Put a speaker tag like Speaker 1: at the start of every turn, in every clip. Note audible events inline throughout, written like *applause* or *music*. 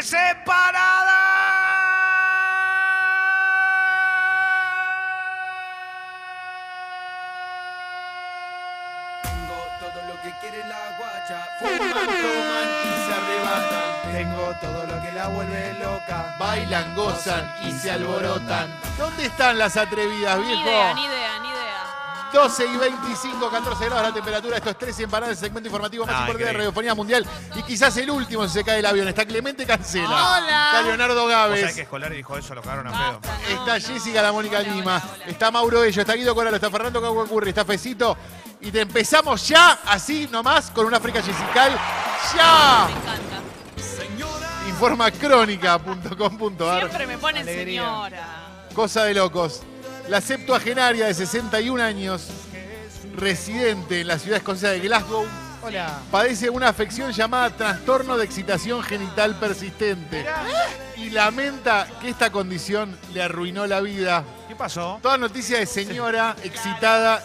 Speaker 1: gente separada.
Speaker 2: Tengo todo lo que quiere la guacha. Fuman, toman y se arrebatan. Tengo todo lo que la vuelve loca. Bailan, gozan y se alborotan.
Speaker 3: ¿Dónde están las atrevidas,
Speaker 4: Ni
Speaker 3: viejo?
Speaker 4: idea, ni idea, ni idea.
Speaker 3: 12 y 25, 14 grados la temperatura. Estos tres empanadas el segmento informativo más
Speaker 1: Ah,
Speaker 3: importante de
Speaker 1: increíble.
Speaker 3: Radiofonía Mundial. Y quizás el último si se cae el avión. Está Clemente Cancela.
Speaker 4: Hola.
Speaker 3: Está Leonardo
Speaker 1: O
Speaker 3: Gávez.
Speaker 1: sea que Escolar dijo eso, lo cagaron a pedo.
Speaker 4: Basta, no,
Speaker 3: Está
Speaker 4: no.
Speaker 3: Jessica La Mónica
Speaker 4: Hola,
Speaker 3: Lima.
Speaker 4: hola, hola.
Speaker 3: Está Mauro Bello. Está Guido Coralo. Está Fernando Caguacurri. Está Fecito. Y te empezamos ya, así nomás, con una frica jessical.
Speaker 4: Me
Speaker 3: ¡Ya!
Speaker 4: encanta.
Speaker 3: Informa crónica.com.ar.
Speaker 4: Siempre me ponen
Speaker 2: Alegría.
Speaker 4: señora.
Speaker 3: Cosa de locos. La septuagenaria de 61 años, residente en la ciudad escocesa de Glasgow,
Speaker 2: Hola.
Speaker 3: padece una afección llamada trastorno de excitación genital persistente y lamenta que esta condición le arruinó la vida.
Speaker 1: ¿Qué pasó?
Speaker 3: Toda noticia de señora excitada,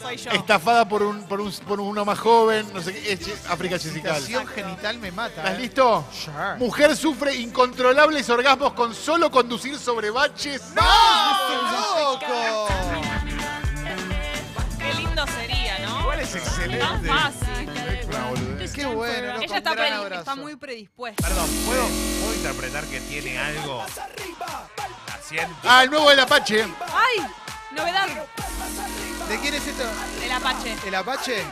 Speaker 4: Soy yo.
Speaker 3: estafada por, un, por, un- por uno más joven, no sé qué, es Che- África Chesical.
Speaker 2: Excitación genital me mata.
Speaker 3: ¿Estás
Speaker 2: eh.
Speaker 3: listo?
Speaker 2: Sure.
Speaker 3: Mujer sufre incontrolables orgasmos con solo conducir sobre baches.
Speaker 2: ¡No! ¡Loco!
Speaker 4: Qué lindo sería, ¿no?
Speaker 1: Igual es
Speaker 4: Tan
Speaker 1: excelente.
Speaker 4: fácil.
Speaker 2: ¡Qué bueno! loco,
Speaker 4: Ella está,
Speaker 2: un gran
Speaker 4: predi-
Speaker 2: abrazo.
Speaker 4: está muy predispuesta.
Speaker 1: Perdón, ¿puedo, puedo interpretar que tiene algo? La siento.
Speaker 3: Ah, el nuevo del Apache.
Speaker 4: ¡Ay! Novedad
Speaker 2: ¿De quién es esto?
Speaker 4: del Apache.
Speaker 2: ¿El Apache?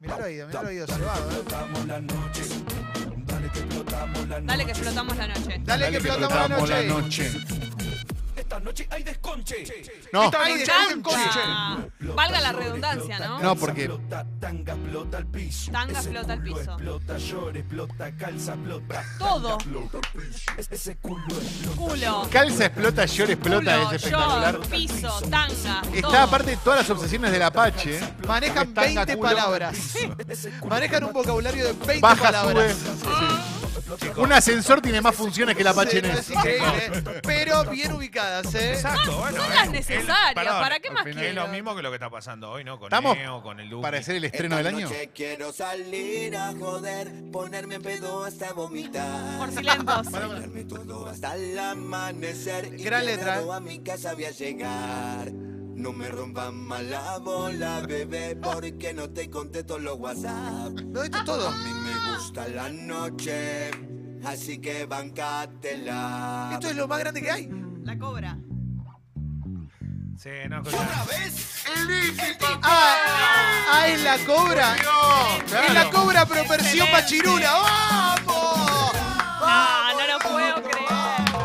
Speaker 2: Mirá el oído, mirá el oído cebado. eh.
Speaker 4: Dale que explotamos la noche.
Speaker 2: Dale que explotamos la noche.
Speaker 3: No,
Speaker 2: Esta noche hay
Speaker 4: Chancha. Valga la redundancia, ¿no?
Speaker 3: no, porque
Speaker 4: Tanga flota al piso. Todo. culo
Speaker 3: calza explota, llora explota,
Speaker 4: culo,
Speaker 3: es espectacular.
Speaker 4: short, piso, tanga. todo.
Speaker 3: Está aparte todas las obsesiones del Apache. ¿eh?
Speaker 2: Manejan
Speaker 3: Porque tanga,
Speaker 2: 20
Speaker 3: culo.
Speaker 2: palabras. *laughs* Manejan un vocabulario de 20
Speaker 3: Baja, sube.
Speaker 2: palabras.
Speaker 3: Un ascensor tiene más funciones que el Apache
Speaker 2: Sí,
Speaker 3: en
Speaker 2: no, es
Speaker 3: eso.
Speaker 2: increíble, eh. Pero bien ubicadas, ¿eh?
Speaker 1: Exacto, bueno.
Speaker 4: son
Speaker 1: eh.
Speaker 4: las
Speaker 1: Él-
Speaker 4: necesarias,
Speaker 1: perdón,
Speaker 4: ¿para qué más
Speaker 1: Es
Speaker 4: quiero?
Speaker 1: lo mismo que lo que está pasando hoy, ¿no? Con
Speaker 3: Estamos
Speaker 1: Neo, con el Duki.
Speaker 3: Para hacer el estreno del
Speaker 5: Esta
Speaker 3: año.
Speaker 5: noche quiero salir a joder, ponerme pedo hasta vomitar.
Speaker 4: Por silentos.
Speaker 5: Bailarme todo hasta el amanecer. y
Speaker 2: Gran letra,
Speaker 5: llegado
Speaker 2: eh.
Speaker 5: A mi casa voy a llegar. No me rompan mal la bola, bebé, porque no te contesto los WhatsApp.
Speaker 2: No, esto es todo.
Speaker 5: A mí me gusta la noche, así que bancátela.
Speaker 2: Esto es lo más grande que hay.
Speaker 4: La cobra.
Speaker 1: Sí, no, escuchá.
Speaker 2: Ah, ah, es la cobra. Es la cobra, pero versión
Speaker 4: Excelente.
Speaker 2: pachirula. ¡Vamos!
Speaker 4: No, no lo puedo creer.
Speaker 2: ¡Vamos!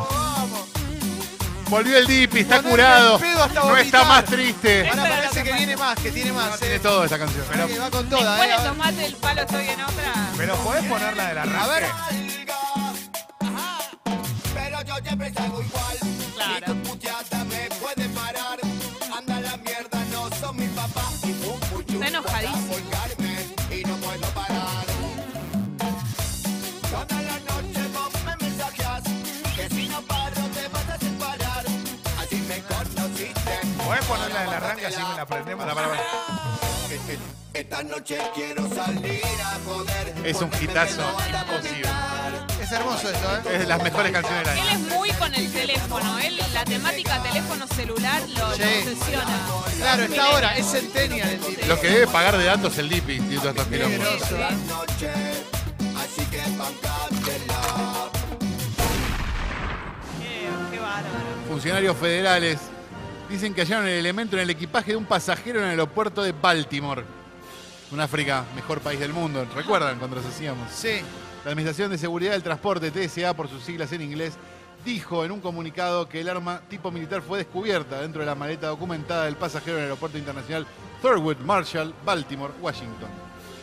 Speaker 3: Volvió el Dipi, está
Speaker 2: Ponerme
Speaker 3: curado.
Speaker 2: el pedo hasta
Speaker 3: No está
Speaker 2: vomitar.
Speaker 3: más triste.
Speaker 2: Ahora
Speaker 4: Esto era lo
Speaker 2: parece
Speaker 4: que
Speaker 2: que
Speaker 4: falta.
Speaker 2: viene más, que tiene más.
Speaker 3: Tiene
Speaker 2: eh.
Speaker 3: todo esta canción.
Speaker 2: Pará que va con toda,
Speaker 4: Después
Speaker 2: eh.
Speaker 4: le tomate el palo, estoy en otra.
Speaker 1: Pero podés poner la del arranque.
Speaker 2: A ver.
Speaker 5: Pero yo siempre salgo igual.
Speaker 4: Claro.
Speaker 5: Ni tu puteada me puede parar. Anda a la mierda, no son mi papá. Y tú, mucho
Speaker 4: Está enojadísimo.
Speaker 5: volcarme y no puedo parar. Toda la noche vos me mensajeas. Que si no paro te vas a separar. Así me conociste.
Speaker 1: Podés poner la del arranque, así me la aprendemos. Pará, pará, pará.
Speaker 5: Esta noche quiero salir a joder.
Speaker 3: Es un
Speaker 5: ponerme
Speaker 3: hitazo
Speaker 5: pedo hasta
Speaker 3: imposible.
Speaker 5: vomitar.
Speaker 2: Es hermoso esto,
Speaker 3: Es
Speaker 2: ¿eh?
Speaker 3: de las mejores canciones del
Speaker 4: Él
Speaker 3: año.
Speaker 4: es muy con el teléfono. Él, la temática teléfono celular lo, lo
Speaker 2: Sí.
Speaker 4: obsesiona.
Speaker 2: Claro, está ahora. Es centennial el tipo.
Speaker 3: Lo que debe pagar de datos el Dipi, de todos estos quilombos.
Speaker 2: groso.
Speaker 5: La noche, así que bancátela.
Speaker 4: Qué, qué bárbaro.
Speaker 3: Funcionarios federales dicen que hallaron el elemento en el equipaje de un pasajero en el aeropuerto de Baltimore. Un África, mejor país del mundo. ¿Recuerdan cuando los hacíamos?
Speaker 2: Sí.
Speaker 3: La Administración de Seguridad del Transporte, TSA por sus siglas en inglés, dijo en un comunicado que el arma tipo militar fue descubierta dentro de la maleta documentada del pasajero en el aeropuerto internacional Thurwood Marshall, Baltimore, Washington.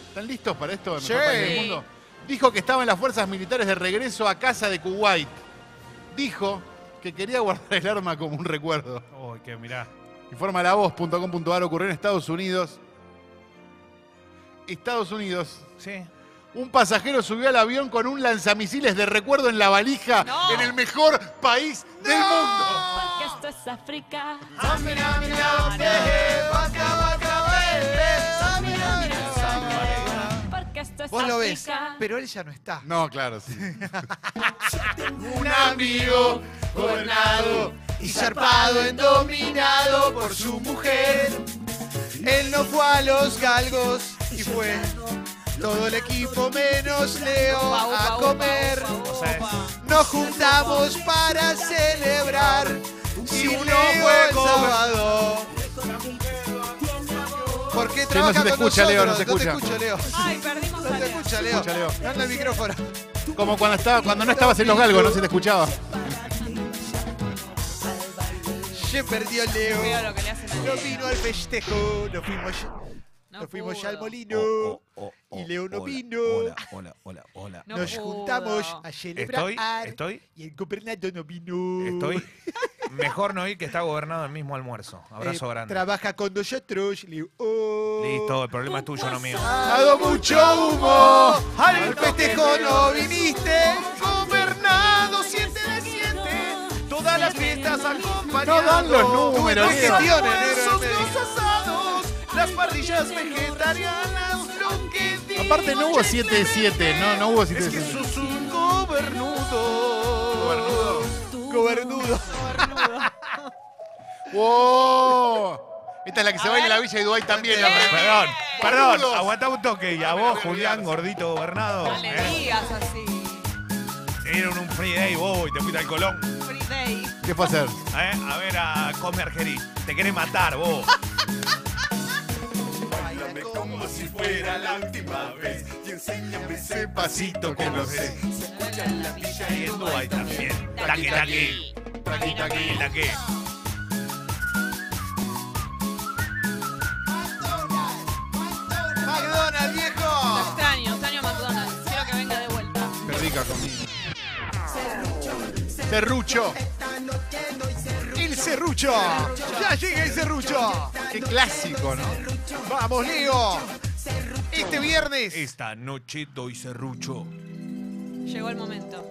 Speaker 3: ¿Están listos para esto? en nuestro
Speaker 2: Sí.
Speaker 3: país del mundo? Dijo que estaba en las fuerzas militares de regreso a casa de Kuwait. Dijo que quería guardar el arma como un recuerdo.
Speaker 1: Uy, que mirá.
Speaker 3: Informa la voz.com.ar ocurrió en Estados Unidos. Estados Unidos
Speaker 1: Sí.
Speaker 3: un pasajero subió al avión con un lanzamisiles de recuerdo en la valija
Speaker 4: No.
Speaker 3: en el mejor país del mundo.
Speaker 6: Porque esto es África.
Speaker 2: Ah, Ah,
Speaker 6: Porque esto Esto es
Speaker 2: Vos lo ves,
Speaker 6: África.
Speaker 2: pero él ya no está.
Speaker 3: No, claro, sí.
Speaker 2: Un amigo gobernado y zarpado, en dominado por su mujer. Él no fue a los galgos y fue todo el equipo menos Leo a comer.
Speaker 1: O sea, es-
Speaker 2: Nos juntamos para celebrar. Si uno fue el sábado. Porque
Speaker 3: Che, no
Speaker 2: trabaja
Speaker 3: se te
Speaker 2: con
Speaker 3: escucha, Leo, no
Speaker 2: nosotros.
Speaker 3: se
Speaker 2: te
Speaker 3: escucha.
Speaker 2: escucho, Leo.
Speaker 4: Ay, perdimos
Speaker 2: No te
Speaker 4: a Leo.
Speaker 2: escucha, Leo.
Speaker 3: escucha, Leo.
Speaker 2: Dale el micrófono.
Speaker 3: Como cuando estaba, cuando no estabas en los galgos, no se te escuchaba.
Speaker 2: Se perdió
Speaker 4: Veo
Speaker 2: Leo.
Speaker 4: lo que le hacen a
Speaker 2: No
Speaker 4: Leo.
Speaker 2: vino al festejo. Nos fuimos,
Speaker 4: No
Speaker 2: nos fuimos
Speaker 4: pudo.
Speaker 2: ya al molino.
Speaker 1: Oh,
Speaker 2: y Leo no vino.
Speaker 5: Hola, hola, hola.
Speaker 4: No
Speaker 2: nos
Speaker 4: pudo.
Speaker 2: juntamos a
Speaker 1: Estoy,
Speaker 2: celebrar.
Speaker 1: estoy,
Speaker 2: Y el Copernato no vino.
Speaker 1: estoy. Mejor no ir que está gobernado el mismo almuerzo. Abrazo
Speaker 2: Eh,
Speaker 1: grande.
Speaker 2: Trabaja con nosotros, Leo. Oh.
Speaker 1: Listo, el problema es tuyo, no mío.
Speaker 2: Dado mucho humo, al festejo no viniste.
Speaker 6: Gobernado 7 de 7, todas las fiestas
Speaker 3: No dan los números,
Speaker 2: Tú
Speaker 3: Leo.
Speaker 2: gestiones, negro, en el medio.
Speaker 6: las parrillas vegetarianas, lo que
Speaker 3: Aparte no hubo 7 de 7, no, no hubo 7 de 7.
Speaker 6: sos un gobernudo.
Speaker 2: Gobernudo.
Speaker 3: ¡Wow! Esta es la que se baila en la Villa de Dubái también. la verdad.
Speaker 1: Perdón, perdón,
Speaker 3: Boludos.
Speaker 1: aguantá un toque. Y a vos, Julián, gordito gobernado.
Speaker 4: No le
Speaker 1: ¿eh?
Speaker 4: digas así.
Speaker 1: Te dieron un free day bobo y te fuiste al Colón.
Speaker 4: Free day.
Speaker 3: ¿Qué fue a hacer?
Speaker 1: ¿eh? A ver a Come Argerí. Te querés matar, vos.
Speaker 5: Como si fuera la última vez y enséñame ese
Speaker 3: pasito que no sé.
Speaker 1: Y en Dubái también. Taque, taque. Taque, taque, taque.
Speaker 2: McDonald's,
Speaker 4: Lo
Speaker 2: viejo.
Speaker 4: extraño, extraño a McDonald's. Quiero que venga de vuelta.
Speaker 3: Qué rica comida. Serrucho.
Speaker 2: El serrucho. Ya llega el serrucho.
Speaker 3: Qué clásico, ¿no?
Speaker 2: Vamos, Leo. Este viernes.
Speaker 1: Esta noche doy serrucho.
Speaker 4: Llegó el momento.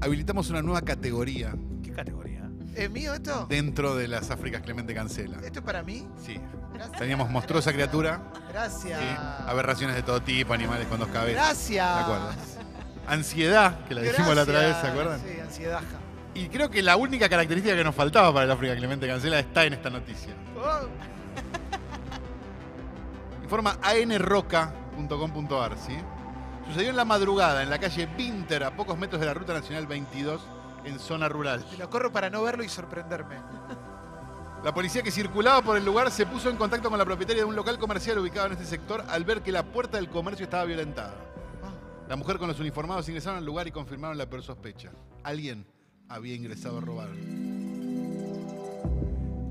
Speaker 3: Habilitamos una nueva categoría
Speaker 1: ¿Qué categoría?
Speaker 2: ¿Es mío esto?
Speaker 3: dentro de las Áfricas Clemente Cancela.
Speaker 2: ¿Esto es para mí?
Speaker 3: Sí. Teníamos monstruosa criatura,
Speaker 2: Gracias.
Speaker 3: sí, aberraciones de todo tipo, animales con dos cabezas.
Speaker 2: Gracias.
Speaker 3: ¿Te acuerdas? Ansiedad, que la dijimos la otra vez, ¿se
Speaker 2: Gracias.
Speaker 3: acuerdan?
Speaker 2: Sí, ansiedad.
Speaker 3: Y creo que la única característica que nos faltaba para el África Clemente Cancela está en esta noticia.
Speaker 2: Oh,
Speaker 3: Informa anroca.com.ar, ¿sí? Sucedió en la madrugada en la calle Vinter, a pocos metros de la Ruta Nacional 22, en zona rural.
Speaker 2: te lo corro para no verlo y sorprenderme.
Speaker 3: La policía que circulaba por el lugar se puso en contacto con la propietaria de un local comercial ubicado en este sector al ver que la puerta del comercio estaba violentada.
Speaker 2: Oh,
Speaker 3: La mujer con los uniformados ingresaron al lugar y confirmaron la peor sospecha. Alguien había ingresado a robar.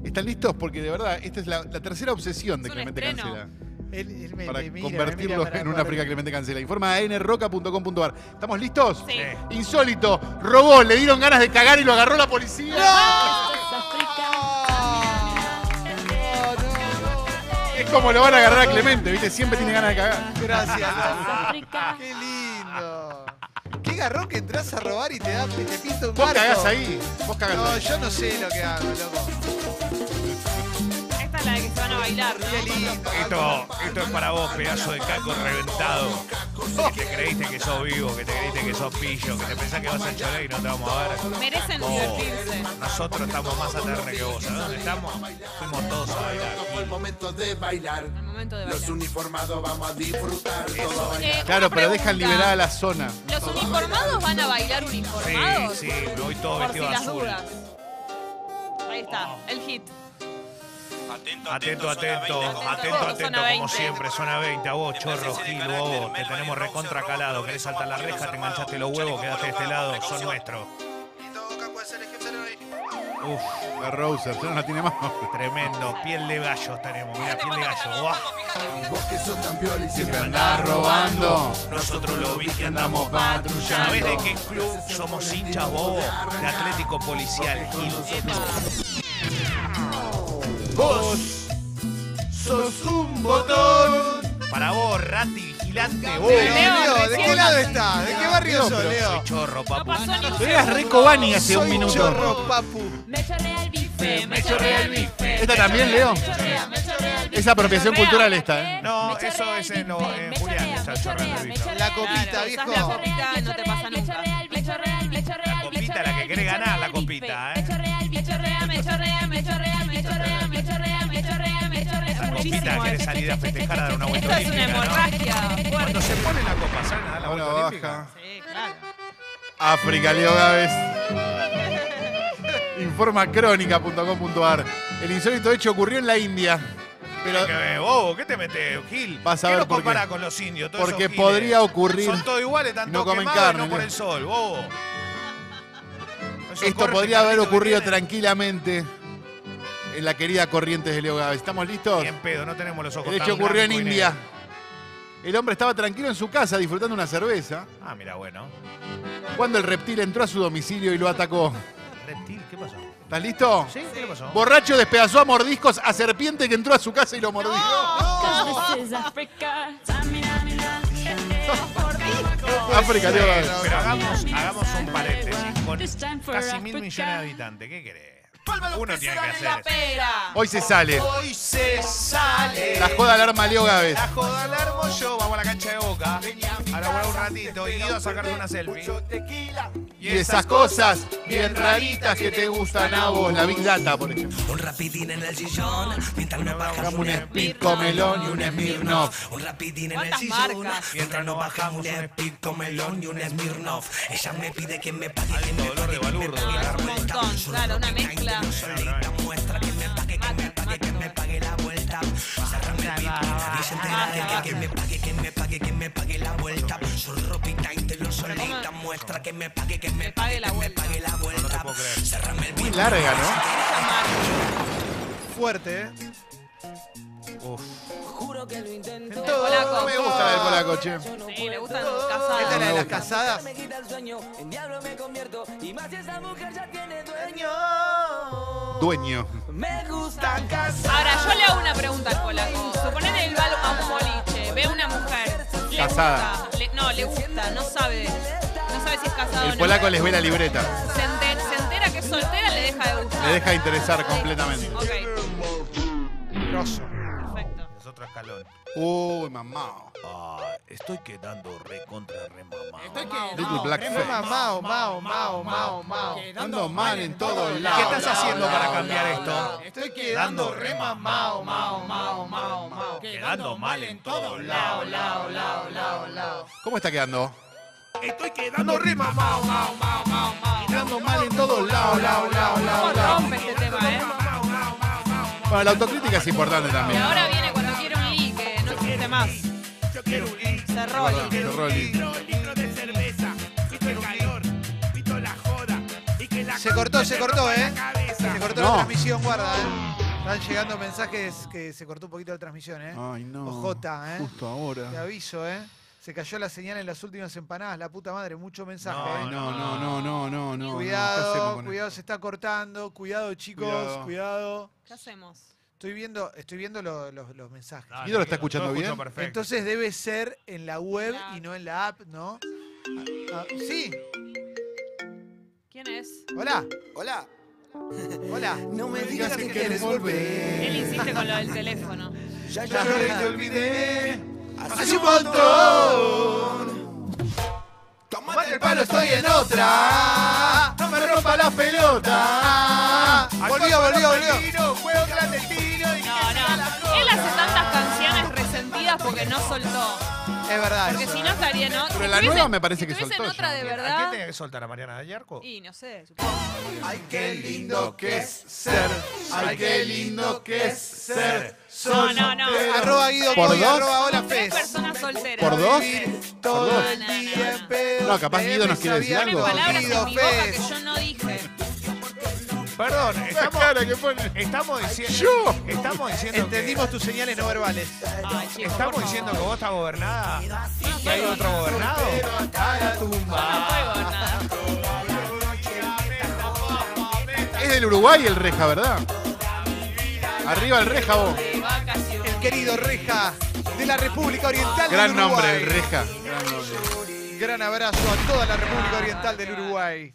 Speaker 3: ¿Están listos? Porque de verdad, esta es la, la tercera obsesión de
Speaker 4: Es un
Speaker 3: Clemente
Speaker 4: estreno.
Speaker 3: Cancela.
Speaker 2: Él, él me,
Speaker 3: Para
Speaker 2: me mira, me
Speaker 3: convertirlos
Speaker 2: mira para-
Speaker 3: en un
Speaker 2: para-
Speaker 3: África Clemente Cancela. Informa a nroca.com.ar. ¿Estamos listos?
Speaker 4: Sí.
Speaker 1: Eh,
Speaker 3: Insólito, robó, le dieron ganas de cagar y lo agarró la policía.
Speaker 6: Esto es África.
Speaker 2: No, no,
Speaker 3: Es como lo van a agarrar a Clemente, ¿viste? Siempre tiene ganas de cagar.
Speaker 2: no. Gracias.
Speaker 6: Esto es África.
Speaker 2: Qué lindo. Qué garrón que entras a robar y te, da, te pinta un
Speaker 3: Vos
Speaker 2: barco.
Speaker 3: cagás ahí, vos cagás
Speaker 2: No,
Speaker 3: ahí.
Speaker 2: yo no sé lo que hago, loco.
Speaker 4: Esta es la de que se van a bailar,
Speaker 2: Qué
Speaker 4: ¿no?
Speaker 2: lindo.
Speaker 1: Esto, esto es para vos, pedazo de caco reventado. Que te creíste que sos vivo, que te creíste que sos pillo, que te pensás que vas a chorar y no te vamos a ver.
Speaker 4: Merecen
Speaker 1: No.
Speaker 4: divertirse.
Speaker 1: Nosotros estamos más aterre que vos. ¿Sabés dónde estamos? Fuimos todos a bailar.
Speaker 5: el momento de bailar.
Speaker 4: Al momento de
Speaker 5: Los
Speaker 4: bailar.
Speaker 5: uniformados vamos a disfrutar. Todo
Speaker 4: Eh, una
Speaker 3: Claro, pero
Speaker 4: pregunta.
Speaker 3: dejan liberada la zona.
Speaker 4: ¿Los uniformados van a bailar uniformados?
Speaker 1: Sí, sí, me voy todo
Speaker 4: Por si
Speaker 1: vestido de
Speaker 4: las
Speaker 1: azul.
Speaker 4: dudas. Ahí está, el hit.
Speaker 1: Atento, atento, atento, atento, como siempre, zona 20, a vos, chorro, gil, bobo, te tenemos recontracalado, querés saltar la reja, te enganchaste los huevos, quedaste de este lado, son nuestros. Uf,
Speaker 3: La Rouser, ya no la tiene más.
Speaker 1: tremendo, piel de gallo tenemos,
Speaker 4: Este
Speaker 1: mira, piel de gallo, guau.
Speaker 5: Vos que sos tan piola y siempre
Speaker 3: Andás robando.
Speaker 1: Nosotros lo vi que andamos patrullando. ¿Sabés de qué club somos hinchas, bobo? De Atlético Policial, Gil.
Speaker 2: Vos sos un botón.
Speaker 1: Para vos, Rati, vigilante,
Speaker 2: Leo,
Speaker 1: bobo.
Speaker 2: Leo, ¿de
Speaker 4: recién-
Speaker 2: qué lado está? ¿De qué barrio sos, Leo?
Speaker 1: Soy chorro,
Speaker 4: No
Speaker 1: papu.
Speaker 4: pasó ni un
Speaker 1: Eras
Speaker 4: segundo.
Speaker 1: re Cobani hace
Speaker 2: Soy
Speaker 1: un minuto.
Speaker 2: chorro, papu.
Speaker 6: Me chorrea el bife.
Speaker 4: bife, me chorrea el bife.
Speaker 3: ¿Esta también, Leo? Es apropiación cultural esta, ¿eh?
Speaker 1: No, eso es en, lo, en Julián, está chorreando el bife.
Speaker 2: La copita,
Speaker 4: Claro,
Speaker 2: viejo.
Speaker 4: usás la copita no te pasa nunca.
Speaker 1: La copita, la que quiere ganar, la copita, ¿eh? La copita quiere salir a festejar a dar una vuelta
Speaker 4: Esto es una
Speaker 1: olímpica, ¿no?
Speaker 4: hemorragia fuerte.
Speaker 1: Cuando se pone la copa, ¿saben? A dar la
Speaker 3: Ahora
Speaker 1: vuelta
Speaker 3: baja.
Speaker 1: olímpica.
Speaker 4: Sí, claro.
Speaker 3: África, Leo Gávez. Informa crónica.com.ar. El insólito hecho ocurrió en la India. Pero
Speaker 1: Que ve, bobo, ¿qué te metes, Gil?
Speaker 3: Vas a
Speaker 1: ¿Qué
Speaker 3: ver
Speaker 1: lo
Speaker 3: por qué.
Speaker 1: compara con los indios? Todos
Speaker 3: Porque
Speaker 1: esos giles?
Speaker 3: podría ocurrir
Speaker 1: Son todos iguales,
Speaker 3: y
Speaker 1: tanto
Speaker 3: no
Speaker 1: no
Speaker 3: comen
Speaker 1: quemados y
Speaker 3: carne,
Speaker 1: no por
Speaker 3: mira.
Speaker 1: el sol, bobo. Esos
Speaker 3: esto
Speaker 1: cortes
Speaker 3: podría haber
Speaker 1: carnitos que
Speaker 3: ocurrido
Speaker 1: tienen.
Speaker 3: tranquilamente en la querida Corrientes de Leo Gávez. ¿Estamos listos?
Speaker 1: Ni en pedo, no tenemos los ojos
Speaker 3: El hecho
Speaker 1: tan
Speaker 3: ocurrió en
Speaker 1: blanco y
Speaker 3: India.
Speaker 1: negro.
Speaker 3: El hombre estaba tranquilo en su casa disfrutando una cerveza
Speaker 1: Ah, mira, bueno.
Speaker 3: cuando el reptil entró a su domicilio y lo atacó.
Speaker 1: Reptil, ¿qué pasó?
Speaker 3: ¿Estás listo?
Speaker 1: ¿Sí? ¿Qué le pasó?
Speaker 3: Borracho despedazó a mordiscos a serpiente que entró a su casa y lo mordió. África, Leo Gávez.
Speaker 1: Pero hagamos, hagamos un paréntesis. Con casi mil millones de habitantes, ¿qué querés? Uno tiene que hacer eso.
Speaker 4: Pera.
Speaker 3: Hoy se sale.
Speaker 6: Hoy se sale.
Speaker 3: La joda alarma a Leo Gávez.
Speaker 1: La joda la armo yo, vamos a la cancha de boca. Ahora voy a un ratito y Guido a sacarte una selfie.
Speaker 3: Y esas cosas bien raritas que te gustan a vos. La Big Data, por ejemplo.
Speaker 7: Un rapidín en el sillón, mientras no bajamos
Speaker 3: Hagamos un speed comelón y un Smirnoff.
Speaker 7: Un rapidín en el
Speaker 4: ¿Cuántas
Speaker 7: sillón,
Speaker 4: marcas?
Speaker 7: mientras no bajamos un speed melón y un Smirnoff. Ella me pide que me pague, que me
Speaker 1: dolor de
Speaker 7: pague, que me
Speaker 1: balurdo, de
Speaker 7: pague
Speaker 1: la
Speaker 7: la
Speaker 4: Un
Speaker 7: vuelta.
Speaker 4: montón, claro, una mezcla.
Speaker 7: Solita muestra que me pague, que me pague, que me pague la vuelta. Cerrame el beat, dice entérate que que me pague, que me pague, que me pague la vuelta. Su ropita interior solita muestra que me pague, que me pague,
Speaker 4: la
Speaker 7: que me
Speaker 4: vuelta.
Speaker 7: pague la vuelta. Cerrame el
Speaker 3: Muy
Speaker 7: beat.
Speaker 3: larga, ¿no?
Speaker 4: Esa marca.
Speaker 2: Fuerte, ¿eh?
Speaker 7: Juro que lo intento.
Speaker 2: Todo
Speaker 4: polaco.
Speaker 3: No me gusta la del polaco, che.
Speaker 4: Sí, le gustan
Speaker 2: Esta es la
Speaker 4: casadas.
Speaker 2: de las casadas.
Speaker 7: Me quita el sueño, en diablo me convierto. Y más si esa mujer ya tiene dueño.
Speaker 3: Dueño.
Speaker 7: Me gustan casadas.
Speaker 4: Ahora, yo le hago una pregunta al polaco. Suponete el balo a un boliche, ve a una mujer. le
Speaker 3: Casada.
Speaker 4: gusta, le- no, le gusta, no sabe. No sabe si es casado o
Speaker 3: El
Speaker 4: no.
Speaker 3: polaco les ve la libreta.
Speaker 4: Se, enter- se entera que es soltera, le deja de gustar.
Speaker 3: Le deja de interesar completamente.
Speaker 4: Ok,
Speaker 1: Grosso.
Speaker 4: perfecto.
Speaker 1: Es otro escalón.
Speaker 3: Uy, mamá.
Speaker 1: Ah, estoy quedando re contra re mamado.
Speaker 3: Little
Speaker 2: Mamá,
Speaker 3: Blackface.
Speaker 2: mao, mao, mao, mao, mao.
Speaker 3: Ando mal en todos
Speaker 1: ¿Y ¿Qué
Speaker 3: lados.
Speaker 1: estás haciendo para cambiar esto?
Speaker 2: Estoy quedando re mamao, mao, mao, mao, mao.
Speaker 1: Quedando mal en todos lados.
Speaker 2: Lao, lao, lao, lao.
Speaker 3: ¿Cómo está quedando?
Speaker 1: Estoy quedando re mamado.
Speaker 3: Ando mal en todos lados.
Speaker 4: ¿Cómo rompe este tema, eh?
Speaker 3: Bueno, la autocrítica es importante
Speaker 4: Y
Speaker 3: también.
Speaker 4: ahora viene cuando quiere un li, que no existe más. Cerró el li.
Speaker 3: Pero, Rolly,
Speaker 2: Se cortó, se cortó, ¿eh? Se cortó
Speaker 3: No.
Speaker 2: la transmisión, guarda, ¿eh? Están llegando mensajes que se cortó un poquito la transmisión, ¿eh?
Speaker 3: Ay, no.
Speaker 2: Ojota, ¿eh? Te
Speaker 3: Justo ahora.
Speaker 2: aviso, ¿eh? Se cayó la señal en las últimas empanadas, la puta madre, mucho mensaje.
Speaker 1: No,
Speaker 2: ¿eh?
Speaker 3: Ay, no, no, no, no, no, no. ¿Qué hacemos
Speaker 2: cuidado,
Speaker 3: con
Speaker 2: cuidado, se está cortando. Cuidado, chicos,
Speaker 3: Cuidado.
Speaker 2: cuidado.
Speaker 4: ¿Qué hacemos?
Speaker 2: Estoy viendo, estoy viendo lo- los- los mensajes.
Speaker 3: Guido lo está escuchando bien.
Speaker 1: Perfecto.
Speaker 2: Entonces debe ser en la web
Speaker 4: Claro.
Speaker 2: y no en la app, ¿no? Ah, ah, sí,
Speaker 4: ¿Quién es?
Speaker 2: hola,
Speaker 5: Hola,
Speaker 2: hola.
Speaker 5: no me
Speaker 3: digas que quieres
Speaker 4: Él
Speaker 5: volver.
Speaker 4: insiste con lo del teléfono.
Speaker 5: Ya
Speaker 2: Ya
Speaker 5: lloré,
Speaker 2: te olvidé.
Speaker 5: hace un montón.
Speaker 2: Tomate el palo, estoy en otra. No me rompa la pelota. Volvió, volvió, volvió.
Speaker 4: No, no. Él hace tantas canciones resentidas porque no soltó.
Speaker 2: Es verdad.
Speaker 4: Porque
Speaker 2: eso,
Speaker 4: si no estaría, ¿no? Si
Speaker 3: Pero la
Speaker 4: tuviesen-
Speaker 3: nueva me parece
Speaker 4: si
Speaker 3: que
Speaker 4: tuviesen
Speaker 3: soltó
Speaker 4: otra
Speaker 3: ya.
Speaker 1: ¿A
Speaker 4: de
Speaker 1: quién
Speaker 4: verdad.
Speaker 1: tenía que soltar a Mariana Gallarco?
Speaker 4: Y no sé, supongo.
Speaker 5: Ay, qué
Speaker 3: lindo que es ser. Ay, qué lindo que es ser.
Speaker 4: No, no, no.
Speaker 2: Arroba Guido
Speaker 3: ¿Por
Speaker 2: Coy,
Speaker 3: dos?
Speaker 2: arroba hola
Speaker 4: Tres
Speaker 2: Fez.
Speaker 4: personas solteras.
Speaker 3: ¿Por dos?
Speaker 2: Todo
Speaker 3: dos?
Speaker 2: el
Speaker 4: No, no, no,
Speaker 2: día
Speaker 4: no.
Speaker 2: en pedo.
Speaker 3: No, capaz Guido nos quiere decir algo.
Speaker 4: Palabras en
Speaker 2: Guido
Speaker 4: mi boca que
Speaker 2: Fez.
Speaker 4: yo no dije.
Speaker 1: Perdón, estamos,
Speaker 3: que pone.
Speaker 1: estamos diciendo.
Speaker 3: Yo.
Speaker 1: Estamos diciendo. que-
Speaker 2: Entendimos tus señales no verbales.
Speaker 4: Ay, chicos,
Speaker 1: Estamos
Speaker 4: por
Speaker 1: diciendo que
Speaker 4: favor.
Speaker 1: vos estás gobernada y que hay otro gobernado.
Speaker 4: No puedo nada.
Speaker 3: Es del Uruguay el Reja, ¿verdad? Arriba el Reja vos.
Speaker 4: De vacaciones.
Speaker 2: El querido Reja de la República Oriental del
Speaker 3: Gran
Speaker 2: Uruguay.
Speaker 3: nombre el Reja. Gran nombre.
Speaker 2: Gran abrazo a toda la República Oriental del Uruguay.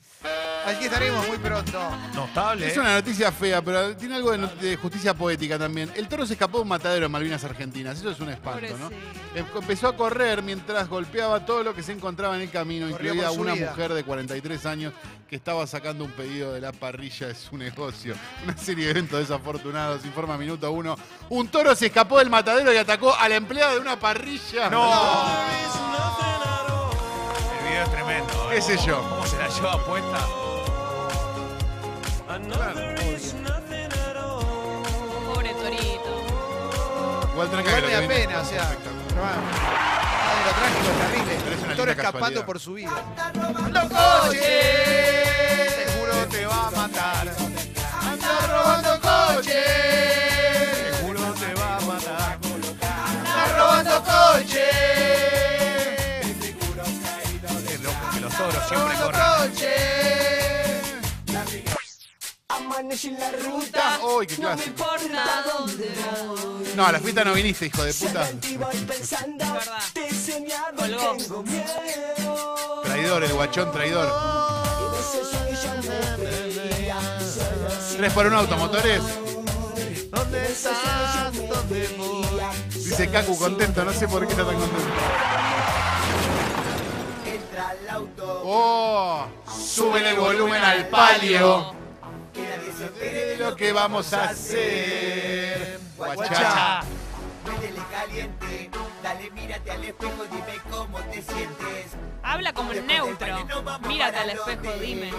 Speaker 2: Allí estaremos muy pronto.
Speaker 1: Notable.
Speaker 3: Es
Speaker 1: ¿eh?
Speaker 3: una noticia fea, pero tiene algo de, no- de justicia poética también. El toro se escapó de un matadero en Malvinas Argentinas. Eso es un espanto, ¿no? Em- Empezó a correr mientras golpeaba todo lo que se encontraba en el camino,
Speaker 2: Corrió
Speaker 3: incluida
Speaker 2: por su
Speaker 3: una
Speaker 2: vida.
Speaker 3: mujer de 43 años que estaba sacando un pedido de la parrilla de su *laughs* negocio. Una serie de eventos desafortunados. Informa Minuto 1. Un toro se escapó del matadero y atacó a la empleada de una parrilla.
Speaker 1: No. El video es tremendo. ¿eh?
Speaker 3: Qué sé yo.
Speaker 1: ¿Cómo se la lleva puesta?
Speaker 4: Pobre Torito.
Speaker 3: Igual tranca
Speaker 2: Igual
Speaker 3: que
Speaker 2: me
Speaker 3: lo
Speaker 2: da
Speaker 3: que viene.
Speaker 2: pena, o sea.
Speaker 3: Espectacular.
Speaker 2: pero bueno, nada de lo trágico es
Speaker 3: Pero es
Speaker 2: terrible.
Speaker 3: una
Speaker 2: Un toro
Speaker 3: linda
Speaker 2: escapando
Speaker 3: casualidad.
Speaker 2: por su vida. ¡Loco! Seguro te va a matar. Anda robando coches.
Speaker 6: Seguro te va a matar.
Speaker 2: Anda robando coches.
Speaker 1: Qué loco que los toros siempre
Speaker 2: Robando
Speaker 1: corren.
Speaker 2: coches.
Speaker 5: Amanece en la ruta.
Speaker 3: Uy, qué clase.
Speaker 4: Porta dónde
Speaker 3: No, a la fiesta no viniste, hijo de puta.
Speaker 5: Y voy pensando,
Speaker 4: Verdad.
Speaker 5: te he soñado,
Speaker 4: Colgó.
Speaker 5: tengo miedo.
Speaker 3: Traidor, el guachón traidor.
Speaker 5: Ese sueño yo no veía, solo si
Speaker 3: Tres por un automotores.
Speaker 2: ¿Dónde estás? ¿Dónde voy?
Speaker 3: Dice Kaku contento, no sé por qué está tan contento.
Speaker 5: entra el auto.
Speaker 3: ¡Oh! Súbele el volumen al palio. De lo que vamos a hacer. Guachacha.
Speaker 5: Métele caliente, dale, mírate al espejo, dime cómo te sientes.
Speaker 4: Habla como neutro. Mírate al espejo, dime.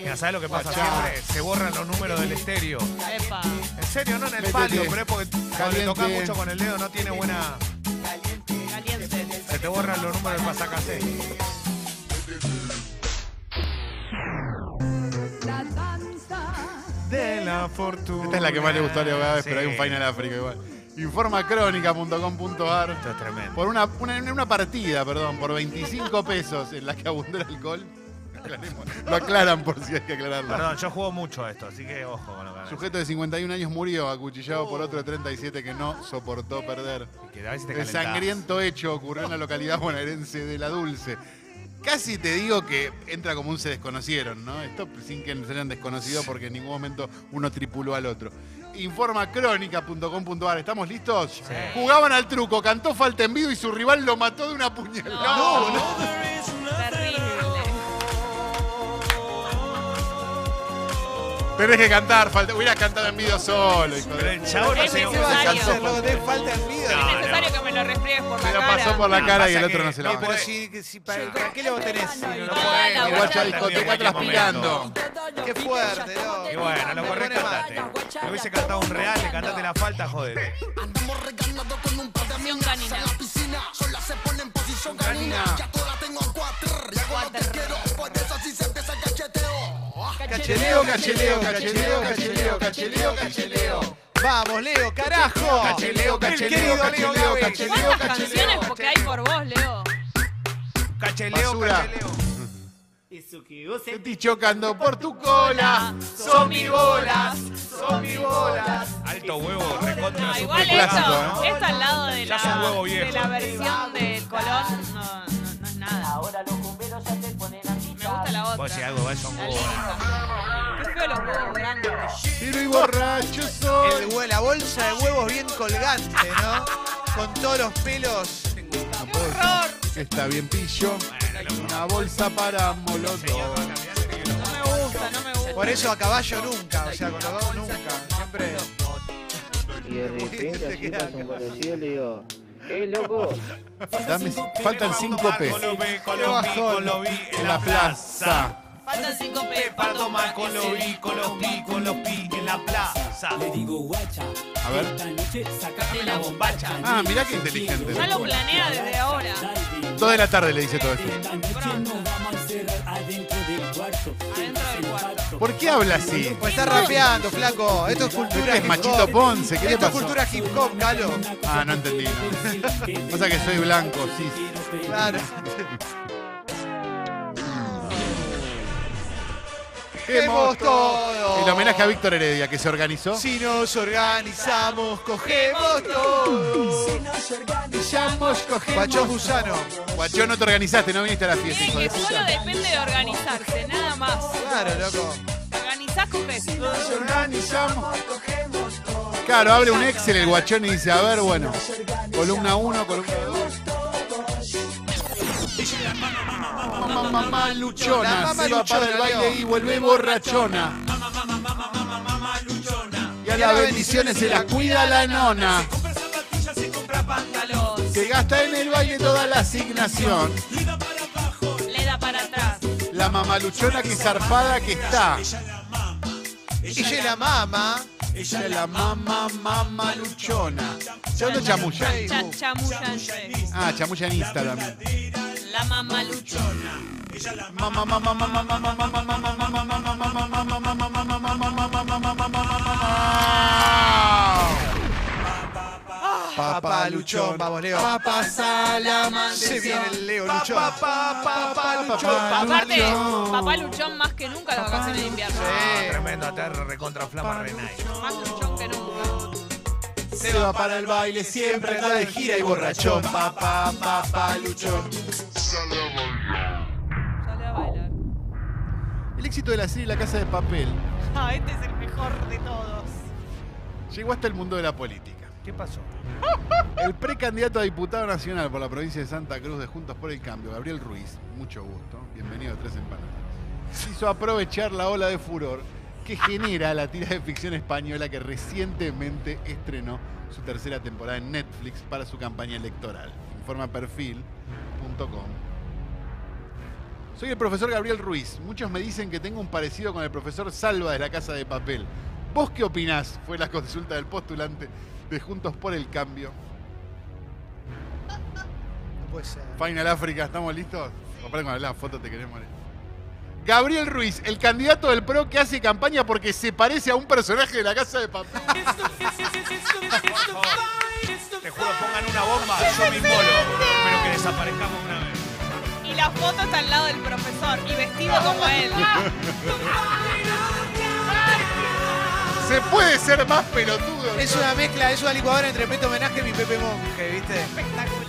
Speaker 1: Mira, ¿sabes lo que pasa siempre? Se borran los números del estéreo.
Speaker 4: Epa.
Speaker 1: En serio, no en el
Speaker 3: Métete.
Speaker 1: palio, pero es porque cuando le tocas
Speaker 3: Caliente.
Speaker 1: mucho con el dedo no tiene buena.
Speaker 4: Caliente.
Speaker 1: Se te borran los números del pasacalle.
Speaker 6: De la fortuna.
Speaker 3: Esta es la que más le gustó a Leo Gávez, pero hay un
Speaker 1: Sí.
Speaker 3: Final África igual. Informacrónica.com.ar
Speaker 1: Esto es tremendo.
Speaker 3: Por una, una, en una partida, perdón, por 25 pesos en la que abundó el alcohol. *laughs* Aclaremos. Lo aclaran por si hay que aclararlo.
Speaker 1: Perdón, yo juego mucho a esto, así que ojo con lo que hagas.
Speaker 3: Sujeto de 51 años murió acuchillado por otro de 37 que no soportó perder.
Speaker 1: Que a veces te
Speaker 3: El
Speaker 1: calentás.
Speaker 3: sangriento hecho ocurrió en la localidad bonaerense de La Dulce. Casi te digo que entra como un se desconocieron, ¿no? Esto sin que se hayan desconocido porque en ningún momento uno tripuló al otro. Informa crónica.com.ar. ¿Estamos listos? Jugaban al truco, cantó falta en vivo y su rival lo mató de una puñalada.
Speaker 4: No. Terrible.
Speaker 3: Tenés que cantar, falta. Hubieras cantado en vivo solo, hijo
Speaker 1: Pero
Speaker 3: de.
Speaker 1: el chavo no
Speaker 4: Es
Speaker 1: se
Speaker 4: necesario.
Speaker 1: se cansó por-
Speaker 2: de falta en vida.
Speaker 1: No,
Speaker 4: Es necesario que me lo refriegues por
Speaker 3: Se
Speaker 4: la
Speaker 3: la pasó por
Speaker 4: cara.
Speaker 3: la
Speaker 1: No,
Speaker 3: cara y
Speaker 1: pasa
Speaker 3: el otro
Speaker 1: que-
Speaker 3: no se la
Speaker 1: no,
Speaker 3: va.
Speaker 2: Pero
Speaker 1: puede-
Speaker 2: si, que si- para, ¿para qué lo tenés? Si no lo
Speaker 4: Toda
Speaker 2: podés.
Speaker 4: la
Speaker 3: El guacha
Speaker 4: guacha-
Speaker 3: discoteca
Speaker 1: Cualquier momento.
Speaker 3: transpirando.
Speaker 2: Qué fuerte, loco.
Speaker 1: Y bueno, lo correcto es cantarte. Me hubiese cantado un real, le cantaste la falta, jodete.
Speaker 8: Andamos regalando con un par de
Speaker 4: Acción
Speaker 8: minas
Speaker 4: canina.
Speaker 8: en la piscina. Sola se pone en posición canina. Ya toda la tengo cuatro. Y hago lo que quiero. Por eso así se empieza el cacheteo.
Speaker 2: Cacheleo, cacheleo, cacheleo, cacheleo, cacheleo, cacheleo. Vamos, Leo, carajo.
Speaker 3: Cacheleo,
Speaker 2: El
Speaker 3: cacheleo,
Speaker 2: querido
Speaker 3: cacheleo,
Speaker 2: Leo Gávez.
Speaker 3: cacheleo.
Speaker 4: ¿Cuántas
Speaker 3: Cacheleo,
Speaker 4: canciones porque hay por vos, Leo?
Speaker 1: Cacheleo,
Speaker 3: Basura.
Speaker 1: cacheleo.
Speaker 3: Sentí chocando por tu cola.
Speaker 2: Son mis bolas, son mis bolas.
Speaker 1: Alto huevo, recontra. super
Speaker 4: No, Ah, igual
Speaker 1: clásico,
Speaker 4: esto, esto al lado de
Speaker 1: ¿eh? Ya es un
Speaker 4: la,
Speaker 1: huevo
Speaker 4: de
Speaker 1: viejo.
Speaker 4: la versión de Colón no, no, no es nada.
Speaker 9: Ahora los bomberos ya te ponen a mí.
Speaker 4: Me gusta la
Speaker 1: Vos decís
Speaker 4: otra.
Speaker 1: algo, va, son
Speaker 4: La
Speaker 1: huevos.
Speaker 4: linda. Qué feo los huevos grandes.
Speaker 3: Tiro y borracho soy.
Speaker 2: El hue- la bolsa de huevos bien colgante, ¿no? Con todos los pelos.
Speaker 3: Está bien pillo. Una bolsa para molotov.
Speaker 4: No me gusta, no me gusta.
Speaker 2: Por eso a caballo nunca, o sea, con los dos nunca. Siempre.
Speaker 10: Y de repente así pasa un conocido y le digo, ¡eh, loco!
Speaker 3: Dame- faltan 5 pesos.
Speaker 1: Colombé,
Speaker 3: Qué
Speaker 1: Colombí,
Speaker 3: bajón.
Speaker 1: Colombí en la plaza.
Speaker 4: Faltan cinco pesos
Speaker 1: Para tomar Colombí, Colombí, Colombí en la plaza.
Speaker 7: digo guacha,
Speaker 3: A ver.
Speaker 7: noche sacame
Speaker 4: la
Speaker 7: bombacha.
Speaker 3: Ah, mirá qué inteligente.
Speaker 4: Ya lo planea desde ahora.
Speaker 3: 2 de la tarde le dice todo esto.
Speaker 4: Pronto.
Speaker 7: vamos a encerrar adentro del cuarto.
Speaker 4: Adentro del cuarto.
Speaker 3: ¿Por qué habla así?
Speaker 2: Pues está rapeando, flaco. Esto es cultura
Speaker 3: Este es
Speaker 2: hip
Speaker 3: Machito
Speaker 2: hop.
Speaker 3: Ponce, ¿qué le
Speaker 2: Esto es
Speaker 3: pasó?
Speaker 2: cultura hip hop, Calo.
Speaker 3: Ah, no
Speaker 2: *laughs*
Speaker 3: entendí. no. Pasa que soy blanco, sí.
Speaker 2: Claro. cogemos todo.
Speaker 3: El homenaje a Víctor Heredia que se organizó.
Speaker 2: Si nos organizamos, cogemos todo. Si nos organizamos, cogemos Guachos gusano.
Speaker 3: Guachón, no te organizaste, no viniste a la fiesta. hijo de
Speaker 4: que solo
Speaker 3: puta.
Speaker 4: depende de organizarse, nada más.
Speaker 2: Claro, loco.
Speaker 4: Organizás, coges.
Speaker 2: Nos organizamos.
Speaker 3: Claro, abre un Excel el guachón y dice, a ver, bueno, columna 1, columna 2. Mamá, mamá
Speaker 2: La
Speaker 3: luchona,
Speaker 2: mamá
Speaker 3: se va para el
Speaker 2: luchona,
Speaker 3: baile
Speaker 2: Leo.
Speaker 3: y vuelve borrachona. Y a las bendiciones se la cuida la nona, que gasta en el baile toda la asignación.
Speaker 4: Le da para atrás.
Speaker 3: La mamaluchona que zarpada que está.
Speaker 2: Ella es la mama.
Speaker 3: Ella es la mamá, mamá luchona. Yo lo chamulla.
Speaker 4: Cha- chamullanse.
Speaker 3: Ah, chamulla en Instagram.
Speaker 4: La mamá luchona.
Speaker 3: Mamá, mamá, mamá, mamá, mamá, mamá, mamá, mamá, mamá, mamá, mamá, mamá, mamá, mamá, mamá, mamá, mamá.
Speaker 2: Papá Luchón, vamos Leo. Papá Salamanca. Se viene el Leo Luchón. Papá, papá Luchón.
Speaker 4: Aparte, papá Ah, luchón más que nunca las vacaciones de invierno.
Speaker 1: Ah, Tremendo aterro, recontra flama, Renay.
Speaker 4: Más luchón que nunca.
Speaker 2: Se va para el baile, siempre anda de gira y borrachón. Papá, papá Luchón.
Speaker 4: Sale a bailar.
Speaker 3: El éxito de la serie La Casa de Papel
Speaker 4: Ah, este es el mejor de todos.
Speaker 3: llegó hasta el mundo de la política.
Speaker 1: ¿Qué pasó?
Speaker 3: El precandidato a diputado nacional por la provincia de Santa Cruz de Juntos por el Cambio, Gabriel Ruiz, mucho gusto, bienvenido a Tres Empanadas, hizo aprovechar la ola de furor que genera la tira de ficción española que recientemente estrenó su tercera temporada en Netflix para su campaña electoral. Informa perfil.com. Soy el profesor Gabriel Ruiz. Muchos me dicen que tengo un parecido con el profesor Salva de la Casa de Papel. ¿Vos qué opinás? Fue la consulta del postulante de Juntos por el Cambio.
Speaker 2: No puede ser.
Speaker 3: Final África, ¿estamos listos? Aparte con la foto te queremos leer. Gabriel Ruiz, el candidato del PRO que hace campaña porque se parece a un personaje de la Casa de Papel.
Speaker 1: Te juro, pongan una bomba, yo me inmolo. Pero que desaparezcamos una vez.
Speaker 4: Y la foto está al lado del profesor y vestido como *laughs* él.
Speaker 3: ¿Se puede ser más pelotudo?
Speaker 2: Es una mezcla, es una licuadora entre Peto Homenaje y mi Pepe Monje, ¿viste?
Speaker 4: Espectacular.